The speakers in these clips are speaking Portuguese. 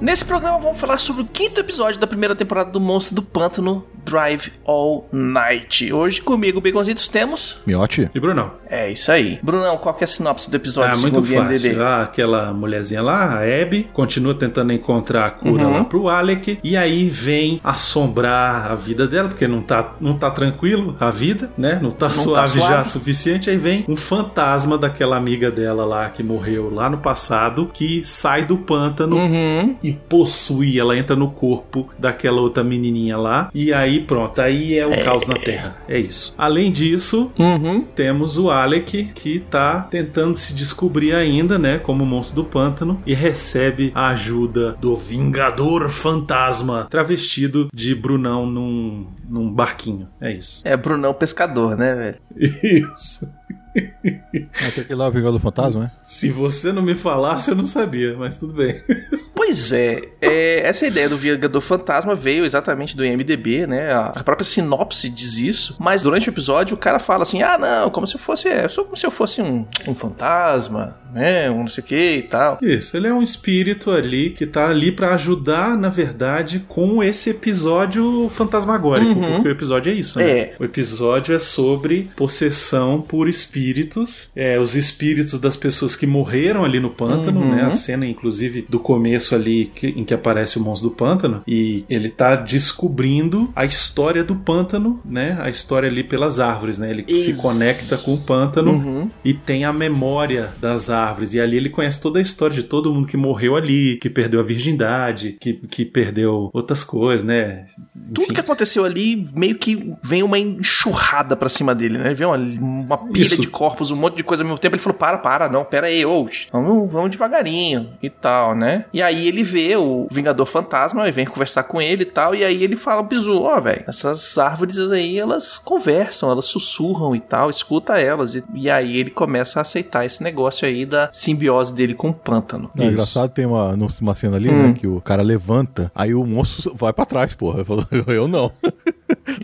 Nesse programa vamos falar sobre o quinto episódio da primeira temporada do Monstro do Pântano Drive All Night. Hoje comigo, Baconzitos, temos. Miote? E Brunão? É isso aí. Brunão, qual que é a sinopse do episódio Ah, segundo muito o IMDb? fácil. Ah, aquela mulherzinha lá, a Abby, continua tentando encontrar a cura Uhum. lá pro Alec. E aí vem assombrar a vida dela, porque não tá, não tá tranquilo a vida, né? Não tá, tá suave, já suave. suficiente. Aí vem um fantasma daquela amiga dela lá que morreu lá no passado, que sai do pântano Uhum. e possui. Ela entra no corpo daquela outra menininha lá. E aí pronto, aí é o caos na Terra. É isso. Além disso, Uhum. temos o Alec que tá tentando se descobrir ainda, né, como monstro do pântano e recebe a ajuda do Vingador Fantasma, travestido de Brunão num, num barquinho. É isso. É Brunão Pescador, né, velho? Isso. É aquele lá, o Vingador Fantasma, né? Se você não me falasse, eu não sabia, mas tudo bem. Pois é, é, essa ideia do Vingador Fantasma veio exatamente do IMDB, né? A a própria sinopse diz isso, mas durante o episódio o cara fala assim: ah, não, como se eu fosse, é, sou como se eu fosse um, um fantasma, né? Um não sei o que e tal. Isso, ele é um espírito ali que tá ali pra ajudar, na verdade, com esse episódio fantasmagórico, Uhum. porque o episódio é isso, né? É. O episódio é sobre possessão por espíritos, é, os espíritos das pessoas que morreram ali no pântano, Uhum. né? A cena, inclusive, do começo ali que- em que aparece o monstro do pântano e ele tá descobrindo a história do pântano, né? A história ali pelas árvores, né? Ele se Isso. conecta com o pântano Uhum. e tem a memória das árvores. E ali ele conhece toda a história de todo mundo que morreu ali, que perdeu a virgindade, que, que perdeu outras coisas, né? Tudo que aconteceu ali meio que vem uma enxurrada pra cima dele, né? Vem uma, uma pilha Isso. de corpos, um monte de coisa ao mesmo tempo. Ele falou: para, para, não, pera aí, ô, tch, vamos, vamos devagarinho e tal, né? E aí ele vê o Vingador Fantasma e vem conversar com ele e tal. E aí ele fala: Bizu, ó, velho, essas árvores aí elas conversam, elas sussurram e tal, escuta elas. E, e aí ele começa a aceitar esse negócio aí da simbiose dele com o pântano. Não, é Isso. engraçado, tem uma, num- uma cena ali, Hum. né? Que o cara levanta, aí o monstro vai pra trás, porra. Ele falou, eu não.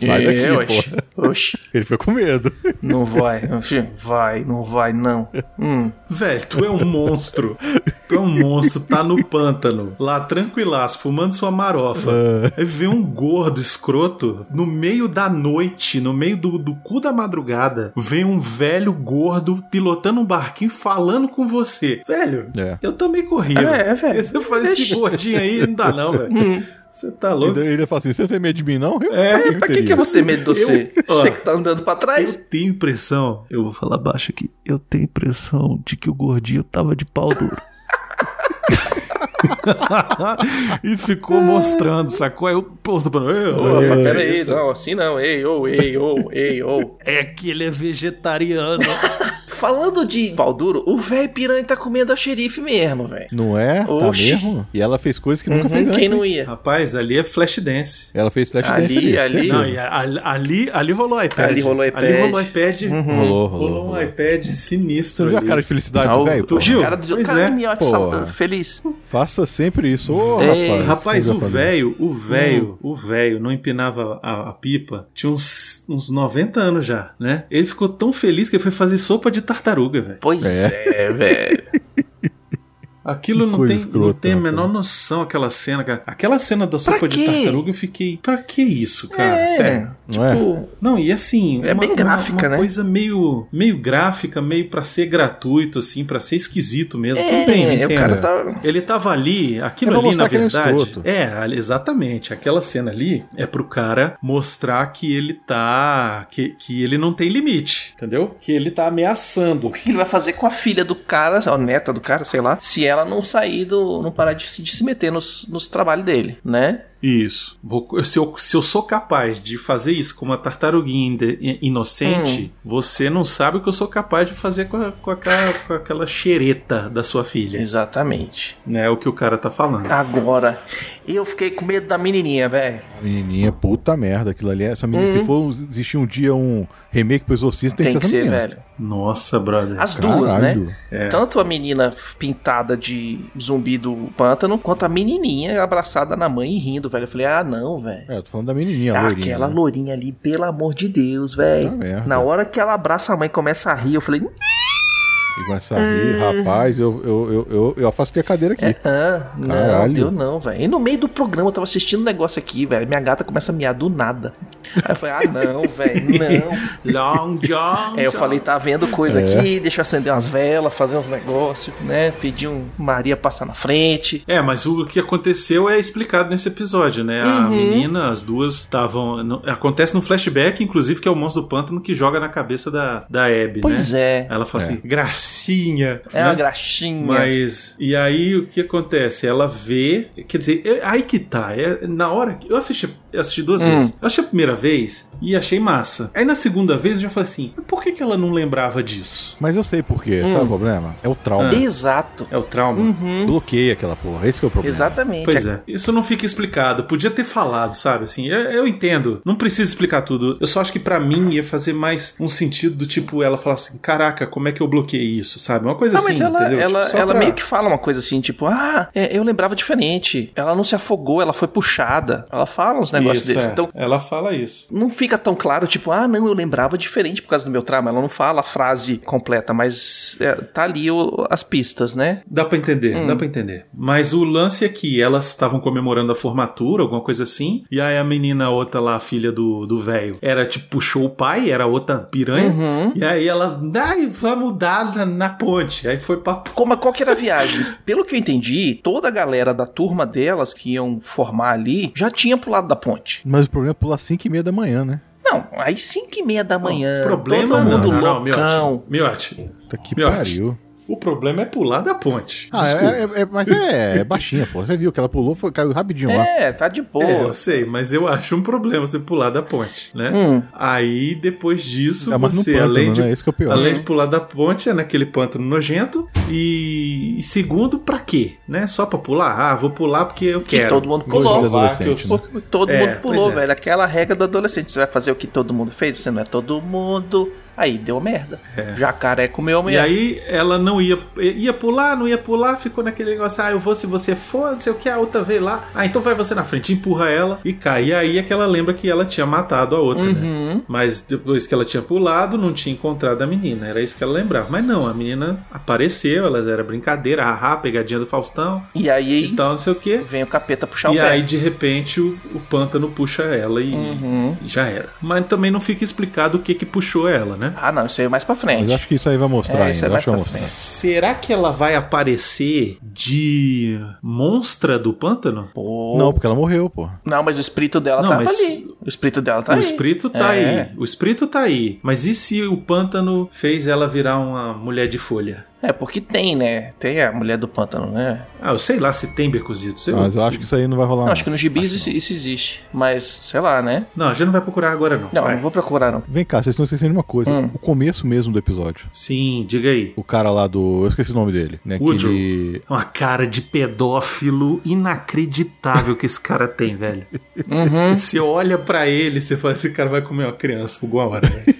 Sai É, daqui, oxe, porra. oxe, Ele ficou com medo. não vai, oxe, vai, não vai, não. Hum. Velho, tu é um monstro. tu é um monstro, tá no pântano, lá tranquilaço, fumando sua marofa. Ah, Aí vê um gordo escroto no meio da noite, no meio do, do cu da madrugada. Vem um velho gordo pilotando um barquinho falando com você. Velho, é. eu também corria. É, velho. Eu falei, esse gordinho aí não dá não, velho. Hum. Você tá E louco? daí ele fala assim: você tem medo de mim, não? Eu, É, eu Pra que, teria. que eu vou ter medo de você? Eu- ó. Você que tá andando pra trás? Eu tenho impressão, eu vou falar baixo aqui, eu tenho impressão de que o gordinho tava de pau duro. e ficou mostrando, sacou? Aí eu, pô, você falou, "Ei, Opa, rapaz, pera que aí, isso?" não, assim não, ei, ou, ei, ou, ei, ou. É que ele é vegetariano. Falando de pau duro, o velho piranha tá comendo a xerife mesmo, velho. Não é? Oxi. Tá mesmo? E ela fez coisas que nunca Uhum, fez antes. Quem não hein? ia? Rapaz, ali é flash dance. Ela fez flash Ali, dance ali. ali. certeza. Não, e a- a- ali, ali rolou iPad. Ali rolou Ali iPad. rolou iPad. Uhum. Rolou, rolou. Rolou um rolou. iPad Tu sinistro. viu a ali. cara de felicidade Não, do velho? tu porra? viu? Cara, do, Pois cara é. do miote Pô. saudável, feliz. Faça sempre isso. Ô, Ei, rapaz. Rapaz, Coisa o pra velho, o velho, Hum. o velho não empinava a, a pipa, tinha uns, uns 90 anos já, né? Ele ficou tão feliz que ele foi fazer sopa de tartaruga, velho. Pois é, velho. Aquilo Que não coisa tem, não escrota, tem a cara. menor noção, aquela cena, cara. Aquela cena da sopa de quê? tartaruga, eu fiquei, pra que isso, cara? É. Sério. Não é? Pô, Não, e assim, É bem gráfica, uma, uma né? coisa meio, meio gráfica, meio pra ser gratuito, assim, pra ser esquisito mesmo. Tudo bem, eu é, o entendo. cara tá. Ele tava ali, aquilo É pra ali na mostrar que ele é um verdade. escroto. É, ali- exatamente. Aquela cena ali é pro cara mostrar que ele tá. que, que ele não tem limite, entendeu? Que ele tá ameaçando. O que ele vai fazer com a filha do cara, a neta do cara, sei lá, se ela não sair do. não parar de se, de se meter nos, nos trabalhos dele, né? Isso. Vou- se, eu, se eu sou capaz de fazer isso com uma tartaruguinha inde- i- Hum. inocente, você não sabe o que eu sou capaz de fazer com, a- com aquela, com aquela xereta da sua filha. Exatamente. Né, É o que o cara tá falando. Agora, eu fiquei com medo da menininha, velho. A menininha, puta merda, aquilo ali. é- Essa menina, se for um- existir um dia um remake pro Exorcista, tem, Uhum. Tem que essa ser, menina. velho. Nossa, brother. As duas, né? Caralho. Tanto a menina pintada de zumbi do pântano, quanto a menininha abraçada na mãe e rindo, velho. Eu falei, ah, não, velho. É, eu tô falando da menininha, a loirinha. Aquela né? lourinha ali, pelo amor de Deus, velho. Puta merda. Na hora que ela abraça a mãe e começa a rir, eu falei, "Hum, E com essa rir, Uhum. rapaz, eu, eu, eu, eu, eu afastei a cadeira aqui. ah, não, Caralho. deu não, velho. E no meio do programa, eu tava assistindo um negócio aqui, velho. Minha gata começa a miar do nada. Aí eu falei, ah, não, velho, não. Long John. É, eu falei, tá vendo coisa É. aqui, deixa eu acender umas velas, fazer uns negócios, né? Pedir um Maria passar na frente. É, mas o que aconteceu é explicado nesse episódio, né? A Uhum. menina, as duas estavam. no- Acontece num flashback, inclusive, que é o monstro do pântano que joga na cabeça da, da Abby, Pois né? é. Ela fala É. assim, gracinha. É uma né? graxinha. Mas. E aí o que acontece? Ela vê. Quer dizer, é- aí que tá. É, na hora que. Eu assisti, eu assisti duas Hum. vezes. Eu assisti a primeira vez e achei massa. Aí na segunda vez eu já falei assim: por que, que ela não lembrava disso? Mas eu sei por quê, sabe o problema? É o trauma. Exato. É o trauma? Hum. Uhum. Bloqueia aquela porra, esse que é o problema. Exatamente. Pois é. Isso não fica explicado. Podia ter falado, sabe? Assim, eu, eu entendo. Não precisa explicar tudo. Eu só acho que pra mim ia fazer mais um sentido do tipo ela falar assim: caraca, como é que eu bloqueei isso, sabe? Uma coisa Ah, assim, mas ela, entendeu? ela, Tipo, só ela pra- meio que fala uma coisa assim, tipo, ah, é, eu lembrava diferente. Ela não se afogou, ela foi puxada. Ela fala uns negócios Isso, desses. é. Então, Ela fala isso. não fica tão claro, tipo, ah, não, eu lembrava diferente por causa do meu trauma. Ela não fala a frase completa, mas é, tá ali o- as pistas, né? Dá pra entender, Hum. dá pra entender. Mas o lance é que elas estavam comemorando a formatura, alguma coisa assim, e aí a menina a outra lá, a filha do do velho, era tipo, puxou o pai, era outra piranha, Uhum. e aí ela, ai, vamos dar na, na ponte. Aí foi pra ponte. Como, qual que era a viagem? Pelo que eu entendi, toda a galera da turma delas que iam formar ali já tinha pro lado da ponte. Mas o problema é pular 5 e meia da manhã, né? Não, aí 5 e meia da manhã. todo problema não, mundo não, não, loucão. Miotti. Miotti, Puta que Meu, pariu. o problema é pular da ponte. Ah, Desculpa. é, é- é- mas é, é baixinha, pô. Você viu que ela pulou, foi, caiu rapidinho lá. É, tá de boa. É, eu sei, mas eu acho um problema você pular da ponte, né? Hum. Aí, depois disso, Ah, mas no você, pântano, além de né? Esse que é o pior. Além de pular da ponte, é naquele pântano nojento. E, e segundo, pra quê? Né? Só pra pular? Ah, vou pular porque eu Que quero. todo mundo Dois pulou. de adolescente, que né? Pô, Todo É, mundo pulou, pois é. velho. Aquela regra do adolescente. Você vai fazer o que todo mundo fez? Você não é todo mundo. Aí deu merda. Jacaré comeu É. E merda. aí ela não ia. Ia pular, não ia pular, ficou naquele negócio, ah, eu vou se você for, não sei o que, a outra veio lá. Ah, então vai você na frente, empurra ela e cai. E aí é que ela lembra que ela tinha matado a outra, né? Uhum. Mas depois que ela tinha pulado, não tinha encontrado a menina. Era isso que ela lembrava. Mas não, a menina apareceu, elas era brincadeira, haha, pegadinha do Faustão E aí e tal, não sei o que. vem o capeta puxar Então, e o pé. aí, de repente, o, o pântano puxa ela e Uhum. e já era. Mas também não fica explicado o que que puxou ela, né? Ah, não, isso aí é mais pra frente. Mas eu acho que isso aí vai mostrar É, isso ainda. é eu mais acho que vai pra mostrar. frente. Será que ela vai aparecer de monstra do pântano? Pô. Não, porque ela morreu, pô. Não, mas o espírito dela Não, tá mas- ali. O espírito dela tá o ali. espírito tá É. aí. O espírito tá aí. Mas e se o pântano fez ela virar uma mulher de folha? É, porque tem, né? Tem a mulher do pântano, né? Ah, eu sei lá se tem um- Bercozito. sei lá. Mas eu acho que isso aí não vai rolar. Não, não. acho que no gibis acho isso, isso existe. Mas, sei lá, né? Não, a gente não vai procurar agora, não. Não, Vai. não vou procurar, não. Vem cá, vocês estão esquecendo de uma coisa. Hum. O começo mesmo do episódio. Sim, diga aí. O cara lá do. Eu esqueci o nome dele, né? Que Woodrow. ele... Uma cara de pedófilo inacreditável que esse cara tem, velho. Uhum. Você olha pra ele, você fala, esse cara vai comer uma criança alguma hora. velho."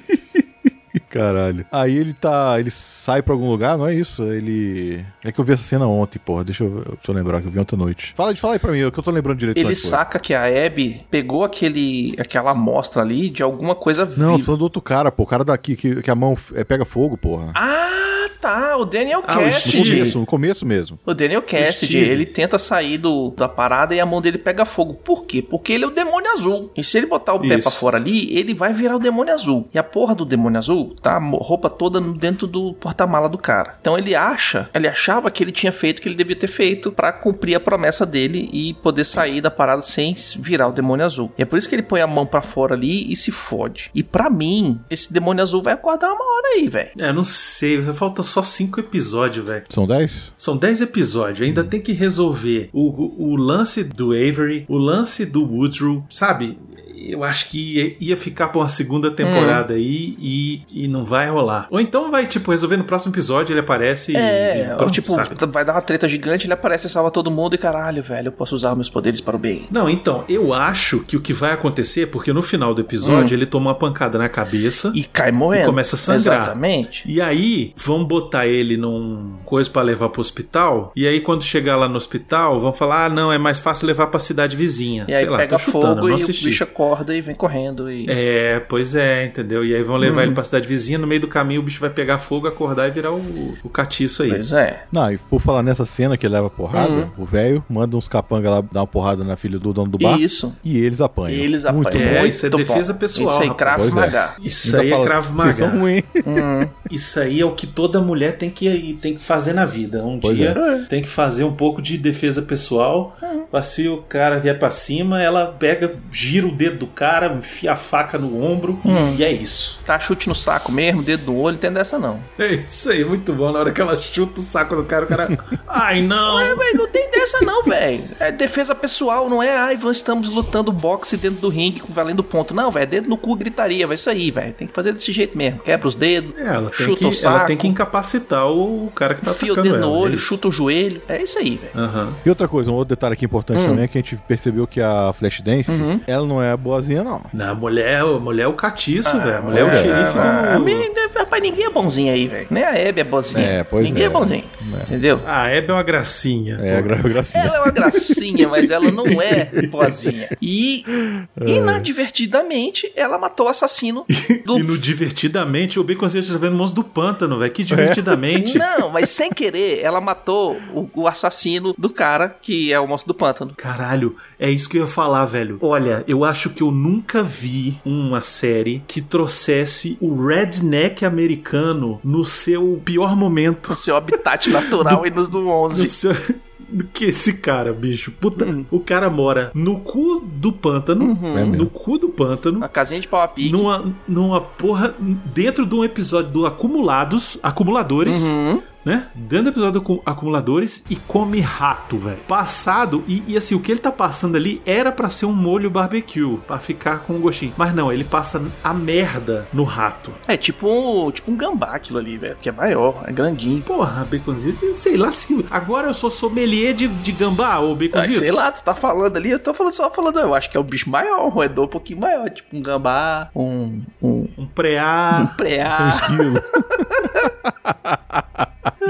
Caralho. Aí ele tá. Ele sai pra algum lugar, não é isso? Ele. É que eu vi essa cena ontem, porra. Deixa eu, deixa eu lembrar que eu vi ontem à noite. Fala, fala aí pra mim, é que eu tô lembrando direito. Ele mas, pô. saca que a Abby pegou aquele, aquela amostra ali de alguma coisa Não, tô viva. falando do outro cara, pô. O cara daqui que, que a mão é, pega fogo, porra. Ah, tá. O Daniel Ah, o no Steve. Cassidy. começo, no começo mesmo. O Daniel Cassidy, Steve. ele tenta sair do, da parada e a mão dele pega fogo. Por quê? Porque ele é o demônio azul. E se ele botar o pé Isso. pra fora ali, ele vai virar o demônio azul. E a porra do demônio azul tá a mo- roupa toda no- dentro do porta-mala do cara. Então ele acha, ele achava que ele tinha feito o que ele devia ter feito pra cumprir a promessa dele e poder sair da parada sem s- virar o demônio azul. E é por isso que ele põe a mão pra fora ali e se fode. E pra mim, esse demônio azul vai acordar uma hora aí, velho. É, não sei, falta só cinco episódios, velho. São 10? São 10 episódios, Hum. ainda tem que resolver o, o, o lance do Avery, o lance do Woodrow, sabe? Eu acho que ia, ia ficar pra uma segunda Hum. temporada aí e, e não vai rolar. Ou então vai, tipo, resolver no próximo episódio, ele aparece e- e. É, pronto, tipo, sabe? vai dar uma treta gigante, ele aparece e salva todo mundo e caralho, velho, eu posso usar meus poderes para o bem. Não, então, eu acho que o que vai acontecer, é porque no final do episódio ele toma uma pancada na cabeça. Hum. E cai morrendo. E começa a sangrar. Exatamente. E aí, vão botar ele num coisa pra levar pro hospital. E aí, quando chegar lá no hospital, vão falar: ah, não, é mais fácil levar pra cidade vizinha. E Sei aí lá, pega tô chutando, fogo não e assisti. o bicho é um acorda e vem correndo. E... É, pois é, entendeu? E aí vão levar Hum. ele pra cidade vizinha, no meio do caminho o bicho vai pegar fogo, acordar e virar o, o catiço aí. Pois é. Não, e por falar nessa cena que ele leva porrada, Uhum. o velho manda uns capanga lá dar uma porrada na filha do dono do bar E e, isso. eles apanham. Eles apanham. Muito É, bom. isso é Muito defesa bom. pessoal, Isso aí, rapaz. cravo Pois é. magá. Isso Ainda aí é fala, cravo "Vocês são magá. ruim. Hum. Isso aí é o que toda mulher tem que, tem que fazer na vida. Um Pois é. dia tem que fazer um pouco de defesa pessoal. Uhum. Pra se o cara vier pra cima, ela pega, gira o dedo do cara, enfia a faca no ombro Hum. e é isso. Tá chute no saco mesmo, dedo no olho, não tem dessa não. É isso aí, muito bom. Na hora que ela chuta o saco do cara, o cara. Ai não! É, velho, não tem dessa não, velho. É defesa pessoal, não é, ai, vamos- estamos lutando boxe dentro do ringue, valendo ponto. Não, velho, dedo no cu, gritaria, vai isso aí, velho. Tem que fazer desse jeito mesmo. Quebra os dedos, É, ela tem, Chuta que, o ela saco. tem que incapacitar o, o cara que tá enfia o atacando dedo ela, no é olho, isso. chuta o joelho. É isso aí, velho. Aham. E outra coisa, um outro detalhe aqui importante Hum. também é que a gente percebeu que a Flashdance, Uhum. ela não é boazinha, não. Não, a mulher, a mulher é o catiço, velho. A mulher é o é, xerife ah, do. a mim, né, Rapaz, ninguém é bonzinho aí, velho. Nem a Hebe é bonzinha. É, pois ninguém é. é, bonzinho. Entendeu? Ah, a Hebe é uma gracinha. É, a gra- gracinha. Ela é uma gracinha, mas ela não é boazinha. E inadvertidamente, ela matou o assassino do E no Divertidamente, o Baconzinho tá vendo Monstro do Pântano, velho. Que divertidamente. É. Não, mas sem querer, ela matou o, o assassino do cara, que é o monstro do pântano. Caralho, é isso que eu ia falar, velho. Olha, eu acho que eu nunca vi uma série que trouxesse o redneck americano no seu pior momento. No seu habitat natural e nos do No 11. seu... Que esse cara, bicho. Puta, Hum. o cara mora no cu do pântano. Uhum. É mesmo. no cu do pântano. Uma casinha de pau a pique. Numa, numa porra. Dentro de um episódio do Acumulados. Acumuladores. Uhum. né? Dentro do episódio com acumuladores e come rato, velho. Passado, e, e assim, o que ele tá passando ali era pra ser um molho barbecue, pra ficar com um gostinho. Mas não, ele passa a merda no rato. É tipo um, tipo um gambá aquilo ali, velho. Que é maior, é grandinho. Porra, baconzinho, eu sei lá se. Agora eu sou sommelier de, de gambá, ô Ai, baconzinho. sei lá, tu tá falando ali, eu tô falando só falando, eu acho que é o bicho maior, um roedor um pouquinho maior, tipo um gambá, um, um, Um um preá Um preá esquilo.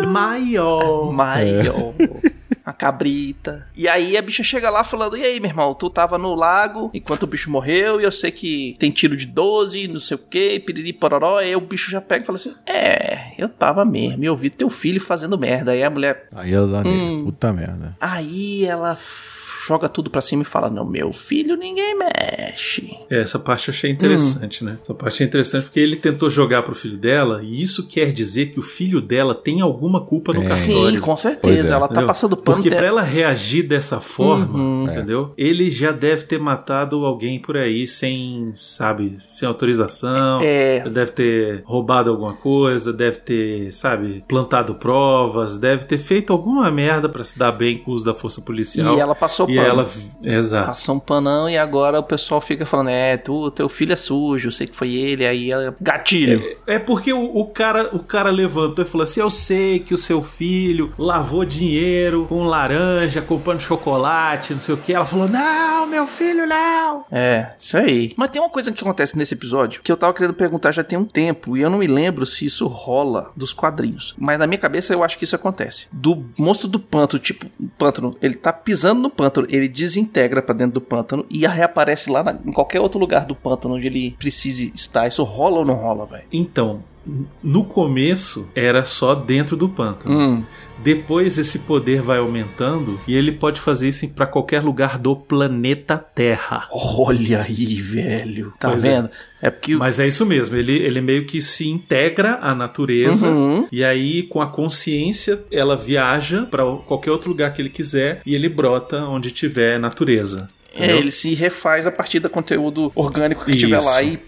maior. maior. É. A cabrita. E aí a bicha chega lá falando: E aí, meu irmão, tu tava no lago enquanto o bicho morreu, e eu sei que tem tiro de 12, não sei o que, piriri pororó. Aí o bicho já pega e fala assim: É, eu tava mesmo, e eu vi teu filho fazendo merda. Aí a mulher. Aí ela dá nele. Hum. Puta merda. Aí ela f- joga tudo pra cima e fala: Não, meu filho, ninguém mexe. É, essa parte eu achei interessante, né? Essa parte é interessante porque ele tentou jogar pro filho dela, e isso quer dizer que o filho dela tem alguma culpa no Tem. cartório. É. Sim, com Pois certeza. é. ela tá Entendeu? passando pano Porque dela. pra ela reagir dessa forma, Uhum. entendeu? Ele já deve ter matado alguém por aí sem, sabe, sem autorização. É, Deve ter roubado alguma coisa, deve ter, sabe, plantado provas, deve ter feito alguma merda pra se dar bem com o uso da força e policial. ela passou E pano. ela- Exato. Passou um panão e agora o pessoal fica falando: É, tu, teu filho é sujo, eu sei que foi ele, aí ela- gatilho. É porque o, o cara, o cara levantou e falou assim: Eu sei que o seu filho lavou dinheiro com laranja, comprando chocolate, não sei o que. Ela falou: Não, meu filho, não! É, isso aí. Mas tem uma coisa que acontece nesse episódio que eu tava querendo perguntar já tem um tempo e eu não me lembro se isso rola dos quadrinhos. Mas na minha cabeça eu acho que isso acontece. Do monstro do pântano, tipo, o pântano, ele tá pisando no pântano, ele desintegra pra dentro do pântano e reaparece lá na- em qualquer outro lugar do pântano onde ele precise estar. Isso rola ou não rola, velho? Então, n- no começo era só dentro do pântano. Hum, Depois esse poder vai aumentando e ele pode fazer isso pra qualquer lugar do planeta Terra. olha aí, velho. Tá Pois é. vendo? É, porque o. Mas é isso mesmo, ele, ele meio que se integra à natureza. Uhum. E aí, com a consciência, ela viaja pra qualquer outro lugar que ele quiser e ele brota onde tiver natureza. É, entendeu? ele se refaz a partir do conteúdo orgânico que Isso. tiver lá e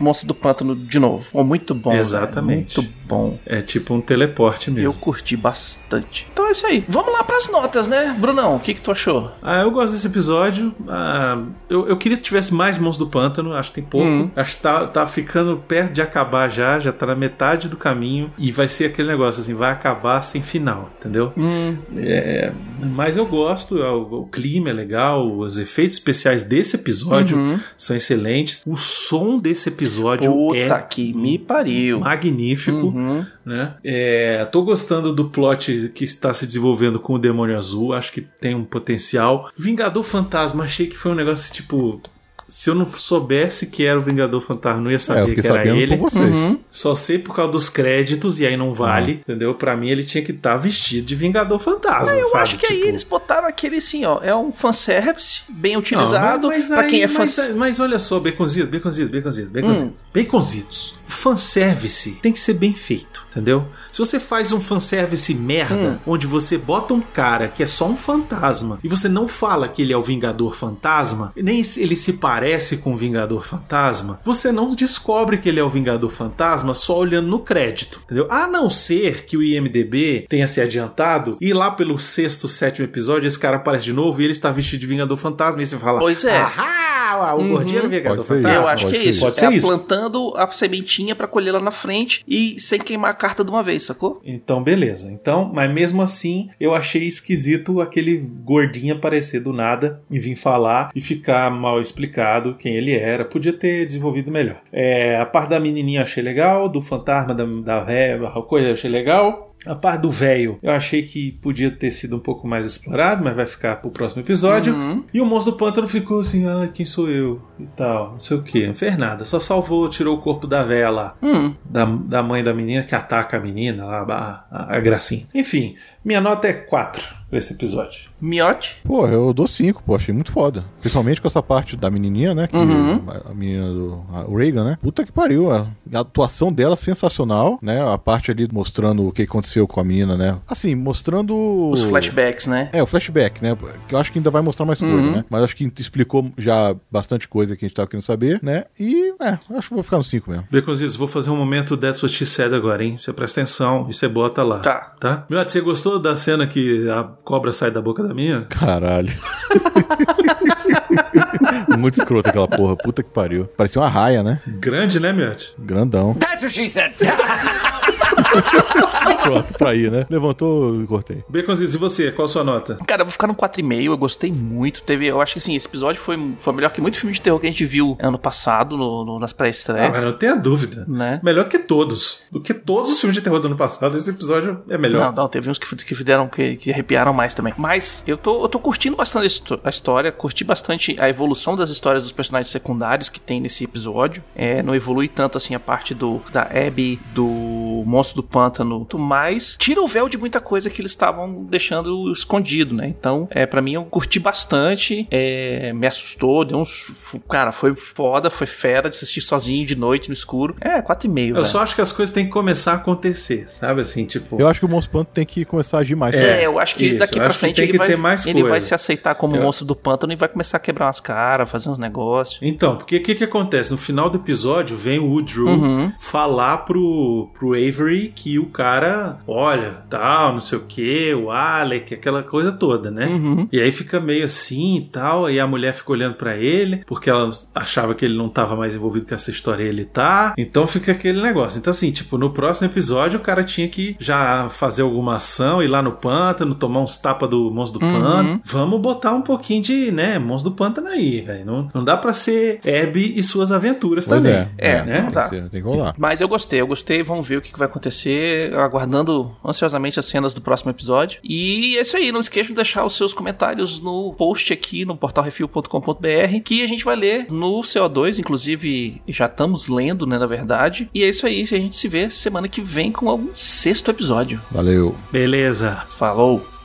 monstro do pântano de novo. Pô, muito bom. velho. Exatamente. Muito bom. É tipo um teleporte Eu mesmo. curti bastante. Então é isso aí. Vamos lá pras notas, né, Brunão? O que, que tu achou? Ah, eu gosto desse episódio. Ah, eu, eu queria que tivesse mais Mãos do Pântano, acho que tem pouco. Uhum. Acho que tá, tá ficando perto de acabar já, já tá na metade do caminho. E vai ser aquele negócio assim, vai acabar sem final, entendeu? Uhum. É, mas eu gosto, é, o, o clima é legal, os efeitos especiais desse episódio Uhum. são excelentes. O som desse episódio Puta é que me pariu. magnífico, Uhum. né? É, tô gostando do plot que está se desenvolvendo com o Demônio Azul, acho que tem um potencial. Vingador Fantasma, achei que foi um negócio tipo... Se eu não soubesse que era o Vingador Fantasma, não É, ia eu saber fiquei que era sabendo ele. por vocês. Uhum. Só sei por causa dos créditos e aí não Uhum. vale, entendeu? Pra mim ele tinha que estar vestido de Vingador Fantasma, Ah, Eu sabe? acho que aí Tipo, eles botaram aquele assim, ó. É um fanservice bem Não, utilizado. mas- mas pra aí- quem é fã. Hum. mas, mas olha só, baconzitos, baconzitos, baconzitos, baconzitos. Baconzitos. Fanservice tem que ser bem feito, entendeu? Se você faz um fanservice Hum. merda, onde você bota um cara que é só um fantasma e você não fala que ele é o Vingador Fantasma, nem se- ele se parece com o Vingador Fantasma, você não descobre que ele é o Vingador Fantasma só olhando no crédito, entendeu? A não ser que o IMDB tenha se adiantado e lá pelo sexto, sétimo episódio esse cara aparece de novo e ele está vestido de Vingador Fantasma e você fala, Pois é. Ahá, o Uhum. gordinho era Vingador Pode ser Fantasma. Eu Isso, acho que pode ser é isso. isso. tá, Pode é ser isso. plantando a sementinha pra colher lá na frente e sem queimar a carta de uma vez, sacou? Então, beleza. Então, mas mesmo assim, eu achei esquisito aquele gordinho aparecer do nada e vir falar e ficar mal explicado quem ele era. Podia ter desenvolvido melhor. É, a parte da menininha eu achei legal, do fantasma da, da véia, a coisa eu achei legal. A parte do véio, eu achei que podia ter sido um pouco mais explorado, mas vai ficar pro próximo episódio. Uhum. E o monstro do pântano ficou assim, ah, quem sou eu? E tal, não sei o que. Não fez nada, só salvou, tirou o corpo da véia lá Hum. da, da mãe da menina que ataca a menina, a, a, a gracinha. Enfim, minha nota é 4 pra esse episódio. Miote. Pô, eu dou cinco, pô, achei muito foda. Principalmente com essa parte da menininha, né? Que Uhum. A menina do a o Reagan, né? Puta que pariu, a, a atuação dela é sensacional, né? A parte ali mostrando o que aconteceu com a menina, né? Assim, mostrando. Os flashbacks, né? É, o flashback, né? Que eu acho que ainda vai mostrar mais coisa, Uhum. né? Mas acho que explicou já bastante coisa que a gente tava querendo saber, né? E, é, acho que vou ficar no 5 mesmo. Beconzitos, vou fazer um momento That's What She Said agora, hein? Você presta atenção e você bota lá. Tá. Tá? Meu, você gostou da cena que a cobra sai da boca da menina? Caralho. Muito escroto aquela porra, puta que pariu. Parecia uma raia, né? Grande, né, Miotti? Grandão. That's what she said. Pronto, pra ir, né? Levantou e cortei. Beconzitos, e você? Qual a sua nota? Cara, eu vou ficar no 4,5, eu gostei muito. Teve, eu acho que assim, esse episódio foi, foi melhor que muito filme de terror que a gente viu ano passado, no, no- nas Ah, mas pré-estreias. não tenha dúvida. É. né? Melhor que todos. Do que todos os filmes de terror do ano passado, esse episódio é melhor. Não, não, teve uns que, que fizeram que, que arrepiaram mais também. Mas eu tô, eu tô curtindo bastante a histó- a história, curti bastante a evolução das histórias dos personagens secundários que tem nesse episódio. É, não evolui tanto assim a parte do da Abby, do monstro do pântano, tudo mais. Tira o véu de muita coisa que eles estavam deixando escondido, né? Então, é para mim eu curti bastante, é, me assustou, deu uns, cara, foi foda, foi fera de assistir sozinho de noite no escuro. É, 4,5, e meio, Eu velho. só acho que as coisas têm que começar a acontecer, sabe? Assim, tipo. Eu acho que o Monstro Panto tem que começar a agir mais. É. É, eu acho que isso, daqui eu pra acho que frente tem ele, que vai, ter mais ele vai coisa. se aceitar como Eu- monstro do pântano e vai começar a quebrar umas caras, fazer uns negócios. Então, porque o que, que acontece? No final do episódio, vem o Woodrow Uhum. falar pro, pro Avery que o cara, olha, tal, não sei o que, o Alec, aquela coisa toda, né? Uhum. E aí fica meio assim e tal, aí a mulher fica olhando pra ele, porque ela achava que ele não tava mais envolvido com essa história e ele tá. Então fica aquele negócio. Então assim, tipo, no próximo episódio o cara tinha que já fazer alguma ação, ir lá no pântano, tomar uns tapas do monstro do Uhum. pântano. Vamos botar um pouquinho de, né, monstro do pântano aí, velho. Não, não dá pra ser Abby e suas aventuras Pois também. é. É, né? não Tem dá. que, ser, tem que rolar. Mas eu gostei, eu gostei. Vamos ver o que que vai acontecer. Aguardando ansiosamente as cenas do próximo episódio. E é isso aí. Não esqueçam de deixar os seus comentários no post aqui no portalrefil.com.br que a gente vai ler no CO2. Inclusive, já estamos lendo, né? Na verdade. E é isso aí. A gente se vê semana que vem com algum sexto episódio. Valeu. Beleza. Falou!